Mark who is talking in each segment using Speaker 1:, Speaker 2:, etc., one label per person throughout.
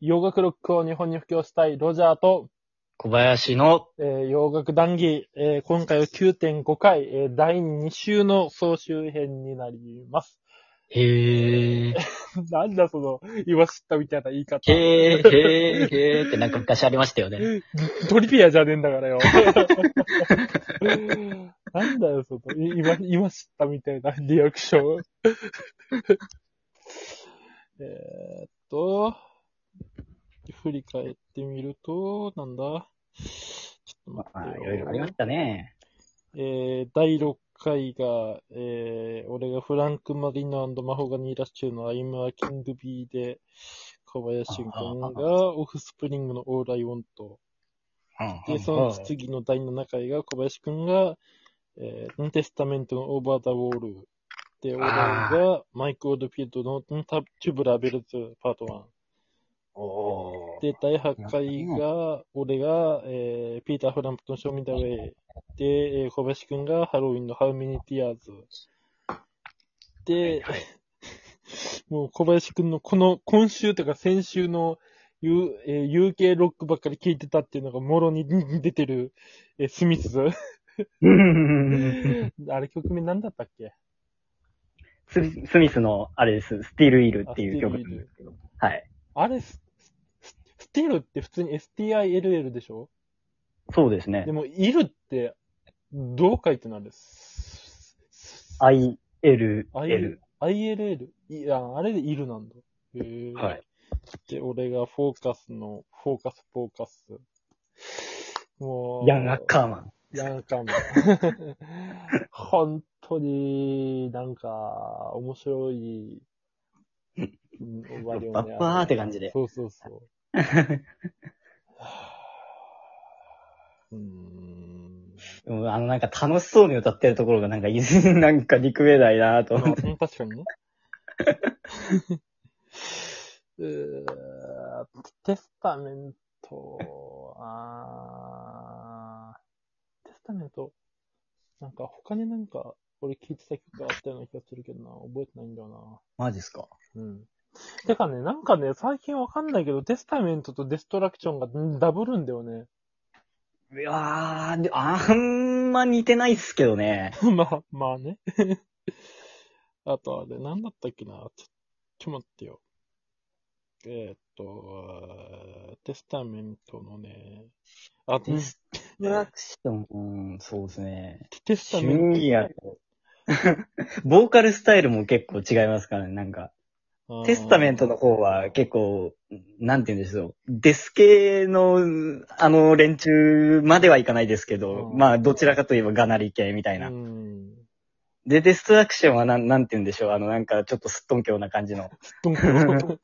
Speaker 1: 洋楽ロックを日本に布教したいロジャーと、
Speaker 2: 小林の、
Speaker 1: えー洋楽談義、えー今回は9.5回、えー第2週の総集編になります。
Speaker 2: へー、
Speaker 1: なんだその、今知ったみたいな言い方。
Speaker 2: へー、へー、へーってなんか昔ありましたよね。
Speaker 1: トリビアじゃねえんだからよ。 なんだよ、その、い今、今知ったみたいなリアクション。 えーっと、振り返ってみると、なんだ。ちょっと待
Speaker 2: あ
Speaker 1: ってよ。
Speaker 2: いろいろありましたね。
Speaker 1: えー、第6回が、えー、俺がフランク・マリノマホガニー・ラッシュのアイム・ア・キング・ビーで、小林君がオフスプリングのオーライ・ウォント。で、その次の第7回が小林君が、えー、テスタメントのオーバー・ザ・ウォール。で、オーライがマイク・オールフィールドのタチュブラ・ベルズ・パート1。
Speaker 2: おー
Speaker 1: で、第8回が、俺が、えー、ピーター・フランプのショー・ミダウェイ。で、えー小林くんがハロウィンのハウ・ミニ・ティアーズ。で、
Speaker 2: はい
Speaker 1: もう小林くんのこの、今週とか先週の、U えー、UK ロックばっかり聴いてたっていうのがもろに出てる、えースミ ス。あれ曲名なんだったっけ
Speaker 2: スミスミスの、あれです、スティールイールっていう曲
Speaker 1: あスティー
Speaker 2: な
Speaker 1: ルイー
Speaker 2: ん
Speaker 1: ル
Speaker 2: ですけど。はい。
Speaker 1: あれス、ススティルって普通に STILL でしょ
Speaker 2: そうですね
Speaker 1: で。も、イルって、どう書いてなるす
Speaker 2: I, L,
Speaker 1: IL
Speaker 2: L。
Speaker 1: ILL? いや、あれでイルなんだ。へー
Speaker 2: はい。
Speaker 1: で、俺がフォーカスの、フォーカス、フォーカス。もう、
Speaker 2: ヤン・アッカーマン。
Speaker 1: ヤンアッカーマン。 本当に、なんか、面白い、うん終わりを
Speaker 2: バ
Speaker 1: ね
Speaker 2: ッバーって感じで。
Speaker 1: そうそうそう。うーん。
Speaker 2: うんあの、なんか楽しそうに歌ってるところがなんか、いずなんか憎めないなぁと
Speaker 1: まあ
Speaker 2: 思っ
Speaker 1: う
Speaker 2: て。
Speaker 1: ん確かにね。 うーテスタメント、あーテスタメント、なんか他になんか、俺聞いてた曲があったような気がするけどな、覚えてないんだよ
Speaker 2: マジっすか
Speaker 1: な。うん。てかね、なんかね、最近わかんないけど、テスタメントとデストラクションがんダブるんだよね。
Speaker 2: いやー、であんま似てないっすけどね。
Speaker 1: まあ、まあね。あとあれ、なんだったっけな。ちょ、ちょ待ってよ。えーっと、テスタメントのね、あ、テ
Speaker 2: デ
Speaker 1: ス
Speaker 2: ストラクション、うん、そうですね。
Speaker 1: テスタメン
Speaker 2: 義やと。 ボーカルスタイルも結構違いますからね、なんか。
Speaker 1: ト。
Speaker 2: テスタメントの方は結構、なんて言うんでしょう。デス系の、あの連中まではいかないですけど、
Speaker 1: うん
Speaker 2: まあ、どちらかといえばガナリ系みた
Speaker 1: 構
Speaker 2: いな。
Speaker 1: うん。
Speaker 2: で、デストラクションはなん、なんて言うんでしょう。あの、なんかちょっとすっとんきょうな感じの。
Speaker 1: すっとんこ。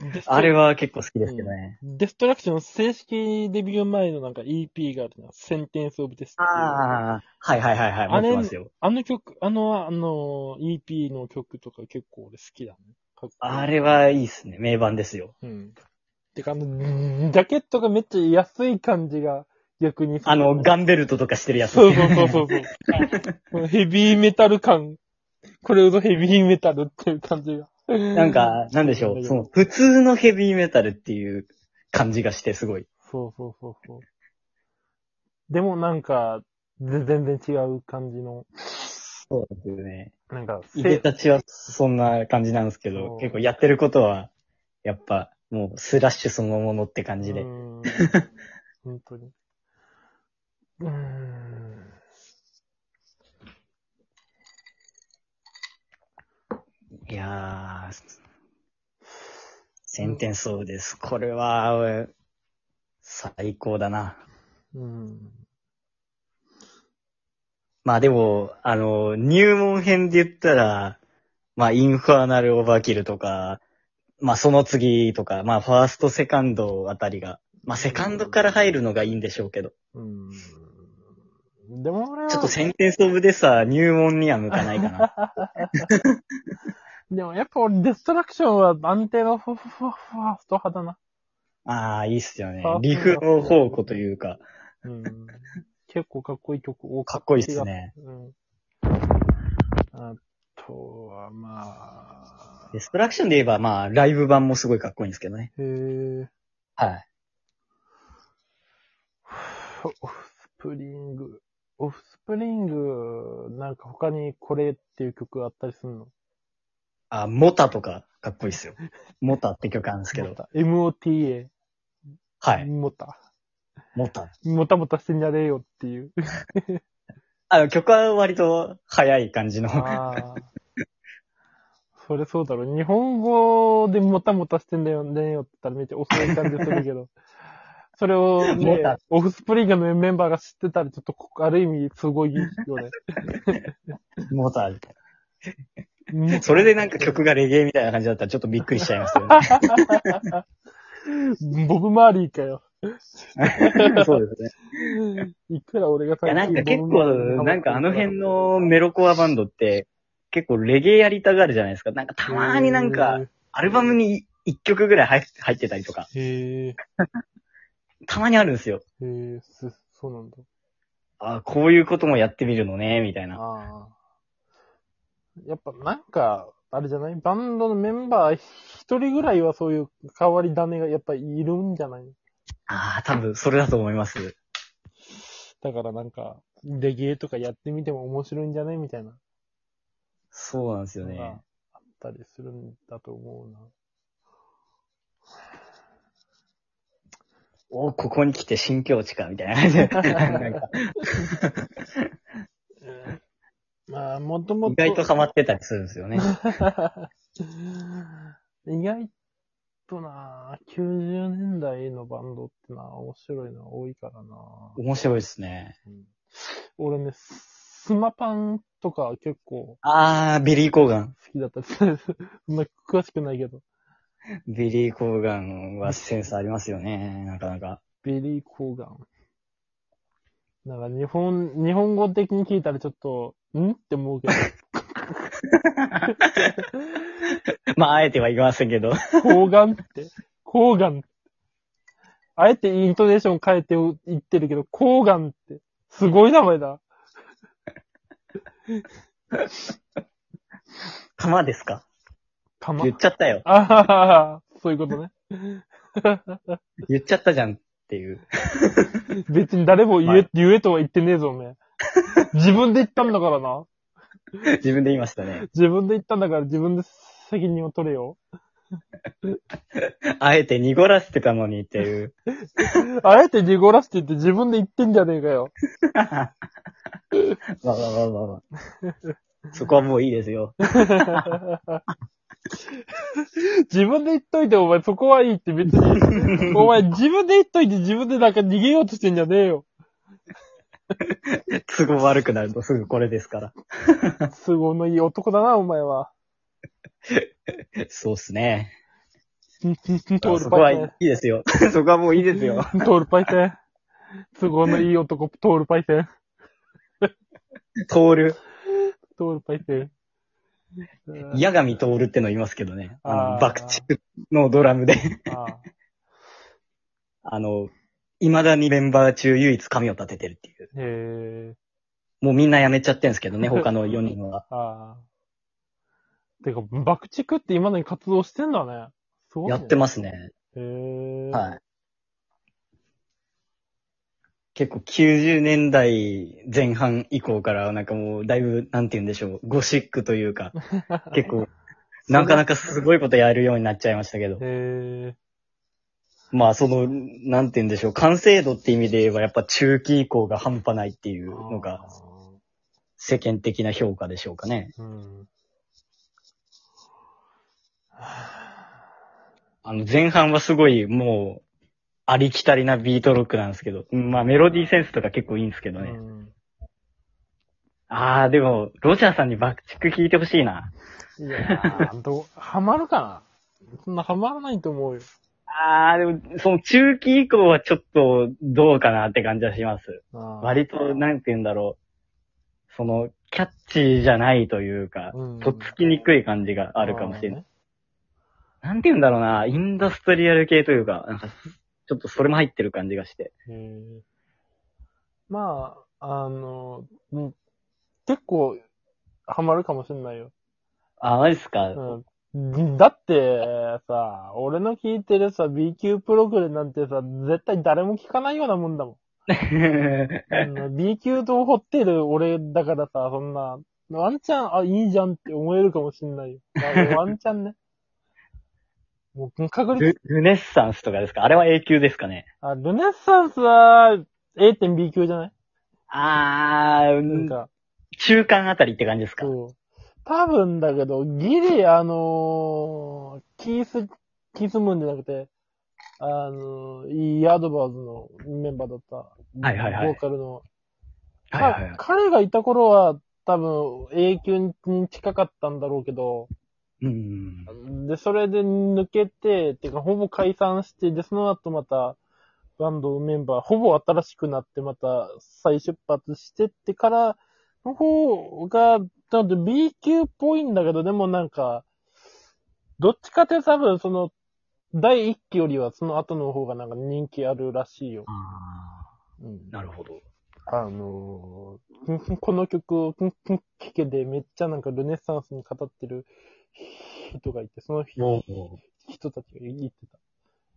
Speaker 1: デスト
Speaker 2: あれは結構好きですけどね。
Speaker 1: デストラクション正式デビュー前のなんか EP があるな。センテンスオブデスあ。
Speaker 2: ああ、はいはいはいはい、
Speaker 1: あ
Speaker 2: 持っ
Speaker 1: れ
Speaker 2: てますよ。
Speaker 1: あの曲、あの、あの、EP の曲とか結構俺好きだね。かっこいい
Speaker 2: あれはいいっすね。名盤ですよ。
Speaker 1: うん。てか、あの、ジャケットがめっちゃ安い感じが逆にする
Speaker 2: あの、ガンベルトとかしてるやつ。
Speaker 1: そうそうそうそうそう。このヘビーメタル感。これほどヘビーメタルっていう感じが。
Speaker 2: なんか、なんでしょう。その、普通のヘビーメタルっていう感じがして、すごい。
Speaker 1: そうそうそうそう。でもなんか、ぜ全然違う感じの、
Speaker 2: そうですよね。
Speaker 1: なんか、
Speaker 2: いでたちはそんな感じなんですけ
Speaker 1: そう
Speaker 2: ど、結構やってることは、やっぱ、もうスラッシュそのものって感じで。
Speaker 1: うーん本当に。うーん。
Speaker 2: いやー、センテンスオブです。これは、うん最高だな。
Speaker 1: うん。
Speaker 2: まあでも、あの、入門編で言ったら、まあ、インファーナルオーバーキルとか、まあ、その次とか、まあ、ファースト、セカンドあたりが、まあ、セカンドから入るのがいいんでしょうけど、
Speaker 1: うん。でも俺は、
Speaker 2: ちょっとセンテンスオブでさ、入門には向かないかな。
Speaker 1: でもやっぱ俺デストラクションは安定のふわふわふわスト派だな。
Speaker 2: ああ、いいっすよね
Speaker 1: あ。
Speaker 2: リフの宝庫というか、
Speaker 1: うん。結構かっこいい曲多か
Speaker 2: かっこいいっすね。
Speaker 1: うん。あとは、まあ、
Speaker 2: デストラクションで言えば、まあ、ライブ版もすごいかっこいいんですけどね。
Speaker 1: へえ。
Speaker 2: はい。
Speaker 1: オフスプリング。オフスプリング、なんか他にこれっていう曲あったりするの
Speaker 2: あ、モタとかかっこいいですよ。モタって曲あるんですけ
Speaker 1: モ
Speaker 2: ど。
Speaker 1: タ ?MOTA。
Speaker 2: はい。
Speaker 1: モタ。
Speaker 2: モタ。
Speaker 1: もたもたしてんじゃねえよっていう。
Speaker 2: あの、曲は割と早い感じの。
Speaker 1: ああ。それそうだろ。日本語でもたもたしてんだよねよって言ったらめっちゃ遅い感じするけど。 それを
Speaker 2: も
Speaker 1: ね
Speaker 2: た、
Speaker 1: オフスプリングのメンバーが知ってたらちょっとこある意味すごいよね。
Speaker 2: モタ。
Speaker 1: も
Speaker 2: それでなんか曲がレゲエみたいな感じだったらちょっとびっくりしちゃいますよ
Speaker 1: ボブマーリーかよ。
Speaker 2: ね。 そうですね。
Speaker 1: いくら俺が
Speaker 2: いや、なんか結
Speaker 1: ボブマーリーにハマってるら
Speaker 2: 構、なんかあの辺のメロコアバンドって、結構レゲエやりたがるじゃないですか。なんかたまーになんか、、アルバムに1曲ぐらい入っ入ってたりとか、
Speaker 1: へえ、へ
Speaker 2: たまにあるんですよ。
Speaker 1: え、へえ、すそうなんだ。
Speaker 2: あこういうこともやってみるのね、みたいな。
Speaker 1: ああ。やっぱなんか、あれじゃないバンドのメンバー一人ぐらいはそういう変わり種がやっぱいるんじゃない
Speaker 2: ああ、多分それだと思います。
Speaker 1: だからなんか、レゲエとかやってみても面白いんじゃないみたいな。
Speaker 2: そうなんですよ
Speaker 1: のが
Speaker 2: ね。
Speaker 1: あったりするんだと思うな。
Speaker 2: おここに来て新境地か、みたいな感 じで。なんか
Speaker 1: まあ、もともと。
Speaker 2: 意外とハマってたりするんです よね。
Speaker 1: 意外とな、90年代のバンドってな、面白いの多いからな。
Speaker 2: 面白いですね。
Speaker 1: 俺ね、スマパンとか結構
Speaker 2: あー、ビリー・コーガン。
Speaker 1: 好きだった りする。そんな詳しくないけど。
Speaker 2: ビリー・コーガンはセンスありますよね。なかなか。
Speaker 1: ベリー・コーガン。なんか日本、日本語的に聞いたらちょっと、んって思うけ
Speaker 2: まあ、あえてはいけませんけど。
Speaker 1: ど、コーガンって、コーガンあえてイントネーション変えて言ってるけど、コーガンって、すごい名前だ。
Speaker 2: 玉ですか
Speaker 1: かま
Speaker 2: 言。っちゃったよ。
Speaker 1: あははは、そういうことね。
Speaker 2: 言っちゃったじゃんっていう。
Speaker 1: 別に誰も言え、
Speaker 2: まあ
Speaker 1: 言えとは言ってねえぞ、おめえ。自分で言ったんだからな。
Speaker 2: 自分で言いましたね。
Speaker 1: 自分で言ったんだから自分で責任を取れよ。
Speaker 2: あえて濁らせてたのにっていう。
Speaker 1: あえて濁らせて言って自分で言ってんじゃねえかよ。
Speaker 2: まあまあまあまあまあ。そこはもういいですよ。
Speaker 1: 自分で言っといてお前そこはいいって別に。お前自分で言っといて自分でなんか逃げようとしてんじゃねえよ。
Speaker 2: 都合悪くなるとすぐこれですから。
Speaker 1: 都合のいい男だな、お前は。
Speaker 2: そうっすね。
Speaker 1: トー
Speaker 2: そ
Speaker 1: ル
Speaker 2: こは
Speaker 1: パイ
Speaker 2: い
Speaker 1: セン。
Speaker 2: いですよ。 そこはもういいですよ。
Speaker 1: トールパイセン。都合のいい男、トールパイセン。
Speaker 2: 通る。
Speaker 1: トールパイセン。うん
Speaker 2: 矢神通るっての言いますけどね。あ
Speaker 1: あー
Speaker 2: の、爆竹のドラムで。
Speaker 1: ああ
Speaker 2: あの、未だにメンバー中唯一髪を立ててるっていう。
Speaker 1: へえ、
Speaker 2: もうみんな辞めちゃってんですけ どね、他の4人は。
Speaker 1: ああ。てか、爆竹って今のに活動してんだね。すごい、ね。
Speaker 2: やってますね。
Speaker 1: へえ。
Speaker 2: はい。結構90年代前半以降から、なんかもうだいぶ、なんて言うんでしょう、ゴシックというか、結構、なかなかすごいことやるようになっちゃいましたけど、
Speaker 1: へえ。
Speaker 2: まあその、なんて言うんでしょう、完成度って意味で言えばやっぱ中期以降が半端ないっていうのが世間的な評価でしょうかね。
Speaker 1: うん。
Speaker 2: あの前半はすごいもう、ありきたりなビートロックなんですけど、うんまあメロディーセンスとか結構いいんですけどね。
Speaker 1: うん
Speaker 2: あーでも、ロジャーさんに爆竹聞いてほしいな。
Speaker 1: いやー、どう、ハマるかなそんなハマらないと思うよ。
Speaker 2: ああ、でも、その中期以降はちょっとどうかなって感じはします。
Speaker 1: 割
Speaker 2: 割と、なんて言うんだろう。その、キャッチーじゃないというか、
Speaker 1: うん
Speaker 2: とっつきにくい感じがあるかもしれない。なんて言うんだろうな、インダストリアル系というか、なんか、ちょっとそれも入ってる感じがして。
Speaker 1: へえまあ、あの、うん結構、ハマるかもしれないよ。
Speaker 2: あー、マジっすか、
Speaker 1: うん。うんだって、さ、俺の聞いてるさ、B 級プログレなんてさ、絶対誰も聞かないようなもんだもん。うん B 級と掘ってる俺だからさ、そんな、ワンチャン、あ、いいじゃんって思えるかもしんないよ。 あのワンチャンね。もう、確率、
Speaker 2: ルルネッサンスとかですかあれは永久ですかね
Speaker 1: あ、ルネッサンスは A 点 B 級じゃない
Speaker 2: あー、
Speaker 1: な
Speaker 2: う
Speaker 1: ん
Speaker 2: ん
Speaker 1: か、
Speaker 2: 中間あたりって感じですか
Speaker 1: そう。多分だけど、ギリ、あのーキース、キースムーンじゃなくて、あのーイーアドバーズのメンバーだった。
Speaker 2: はいはいはい
Speaker 1: ボーカルの。
Speaker 2: はいはいはい
Speaker 1: か彼がいた頃は、多分、永久に近かったんだろうけど、
Speaker 2: うん。
Speaker 1: で、それで抜けて、てか、ほぼ解散して、で、その後また、バンドメンバー、ほぼ新しくなって、また再出発してってから、の方が、なので B 級っぽいんだけど、でもなんか、どっちかって多分、その、第1期よりはその後の方がなんか人気あるらしいよ。
Speaker 2: あ
Speaker 1: うん
Speaker 2: ー、なるほど。
Speaker 1: あのー、この曲を聴けでめっちゃなんかルネサンスに語ってる人がいて、その人
Speaker 2: もう、
Speaker 1: 人たちが言ってた。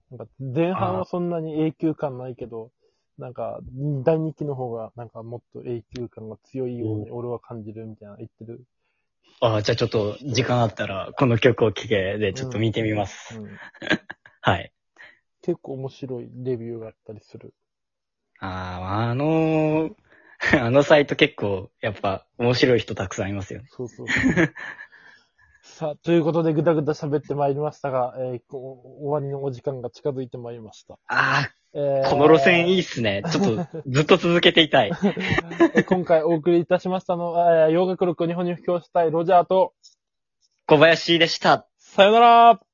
Speaker 1: なんか前半はそんなに永久感ないけど、なんか第二期の方がなんかもっと永久感が強いように俺は感じるみたいな言ってる。
Speaker 2: あーじゃあちょっと、時間あったら、この曲を聴けで、ちょっと見てみます。
Speaker 1: うん
Speaker 2: はい。
Speaker 1: 結構面白いレビューがあったりする。
Speaker 2: あー、あのー あのサイト結構、やっぱ、面白い人たくさんいますよね。
Speaker 1: そうそう そう。さあ、ということでぐだぐだ喋ってまいりましたが、えーこう終わりのお時間が近づいてまいりました。
Speaker 2: あ
Speaker 1: え
Speaker 2: ー、
Speaker 1: ー
Speaker 2: この路線いいっすね。ちょっと、ずっと続けていたい。
Speaker 1: 今回お送りいたしましたのは、えー洋楽録日本に布教したいロジャーと、
Speaker 2: 小林でした。
Speaker 1: さよなら